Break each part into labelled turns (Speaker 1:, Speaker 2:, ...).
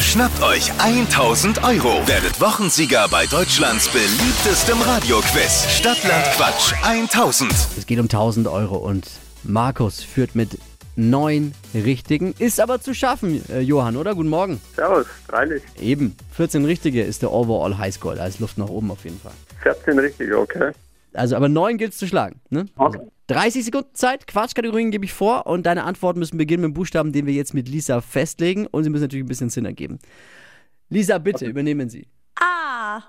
Speaker 1: Schnappt euch 1000 Euro. Werdet Wochensieger bei Deutschlands beliebtestem Radioquiz. Stadtland Quatsch 1000.
Speaker 2: Es geht um 1000 Euro und Markus führt mit neun richtigen. Ist aber zu schaffen, äh, Johann, oder? Guten Morgen.
Speaker 3: Servus, freilich.
Speaker 2: Eben, 14 richtige ist der Overall Highscore. Da ist Luft nach oben auf jeden Fall.
Speaker 3: 14 richtig, okay.
Speaker 2: Also, aber neun gilt es zu schlagen. Ne?
Speaker 3: Okay.
Speaker 2: Also, 30 Sekunden Zeit, Quatschkategorien gebe ich vor und deine Antworten müssen beginnen mit dem Buchstaben, den wir jetzt mit Lisa festlegen und sie müssen natürlich ein bisschen Sinn ergeben. Lisa, bitte, übernehmen Sie.
Speaker 4: Ah,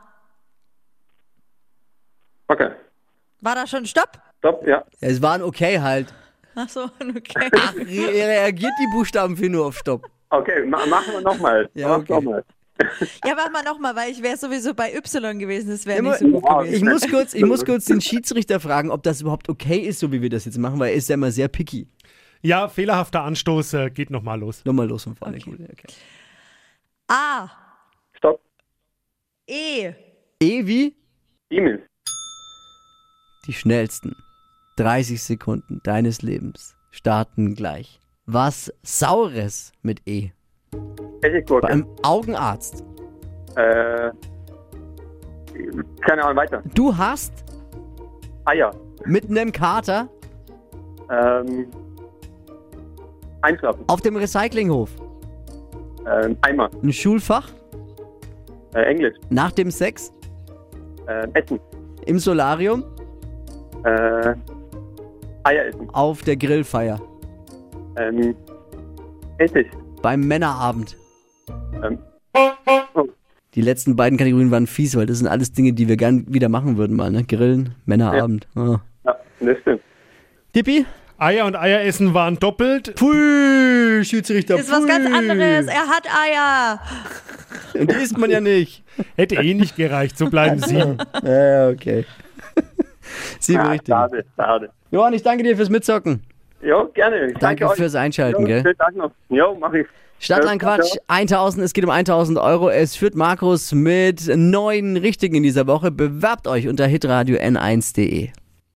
Speaker 3: Okay.
Speaker 4: war da schon Stopp?
Speaker 3: Stopp, ja.
Speaker 2: Es war ein Okay halt.
Speaker 4: Ach so, okay.
Speaker 2: Re reagiert die Buchstaben für nur auf Stopp.
Speaker 3: Okay, ma machen wir nochmal.
Speaker 2: Ja,
Speaker 3: Mach's
Speaker 2: okay.
Speaker 3: nochmal.
Speaker 4: Ja, mach mal nochmal, weil ich wäre sowieso bei Y gewesen. Das wäre
Speaker 2: Immer-
Speaker 4: nicht so gut
Speaker 3: Ja,
Speaker 4: gewesen.
Speaker 2: Ich muss, kurz, ich muss kurz den Schiedsrichter fragen, ob das überhaupt okay ist, so wie wir das jetzt machen, weil er ist ja immer sehr picky.
Speaker 5: Ja, fehlerhafter Anstoß äh, geht nochmal los.
Speaker 2: Nochmal los von vorne. Gut, okay.
Speaker 4: A,
Speaker 3: Stopp,
Speaker 4: Ah, E,
Speaker 2: E wie
Speaker 3: E-Mail.
Speaker 2: die schnellsten 30 Sekunden deines Lebens starten gleich. Was Saures mit E? Bei
Speaker 3: Essiggurke.
Speaker 2: einem Augenarzt.
Speaker 3: Äh, keine Ahnung, weiter.
Speaker 2: Du hast
Speaker 3: Eier.
Speaker 2: mit einem Kater
Speaker 3: Ähm, einschlafen.
Speaker 2: auf dem Recyclinghof
Speaker 3: Ähm, Eimer.
Speaker 2: ein Schulfach
Speaker 3: Äh, Englisch.
Speaker 2: nach dem Sex
Speaker 3: Äh, Essen.
Speaker 2: im Solarium
Speaker 3: Äh, Eier essen.
Speaker 2: auf der Grillfeier
Speaker 3: Ähm, Essig.
Speaker 2: beim Männerabend.
Speaker 3: Ähm,
Speaker 2: Die letzten beiden Kategorien waren fies, weil das sind alles Dinge, die wir gern wieder machen würden mal, ne? Grillen, Männerabend. Ah.
Speaker 3: ja, das stimmt.
Speaker 2: Tippi?
Speaker 5: Eier und Eieressen waren doppelt.
Speaker 2: Pfui, Schiedsrichter,
Speaker 4: ist was ganz anderes. Er hat Eier.
Speaker 2: Und die isst man ja nicht.
Speaker 5: Hätte eh nicht gereicht, so bleiben sieben.
Speaker 2: Ja, okay. Sieben
Speaker 3: Ja,
Speaker 2: richtig.
Speaker 3: schade, schade.
Speaker 2: Johann, ich danke dir fürs Mitzocken.
Speaker 3: Jo, gerne. Ich
Speaker 2: Danke,
Speaker 3: euch.
Speaker 2: fürs Einschalten,
Speaker 3: jo,
Speaker 2: gell?
Speaker 3: Schönen Tag noch. Jo, mach ich.
Speaker 2: Stadtland
Speaker 3: Ja,
Speaker 2: Quatsch, 1000, es geht um 1000 Euro. Es führt Markus mit neun Richtigen in dieser Woche. Bewerbt euch unter hitradio n1.de.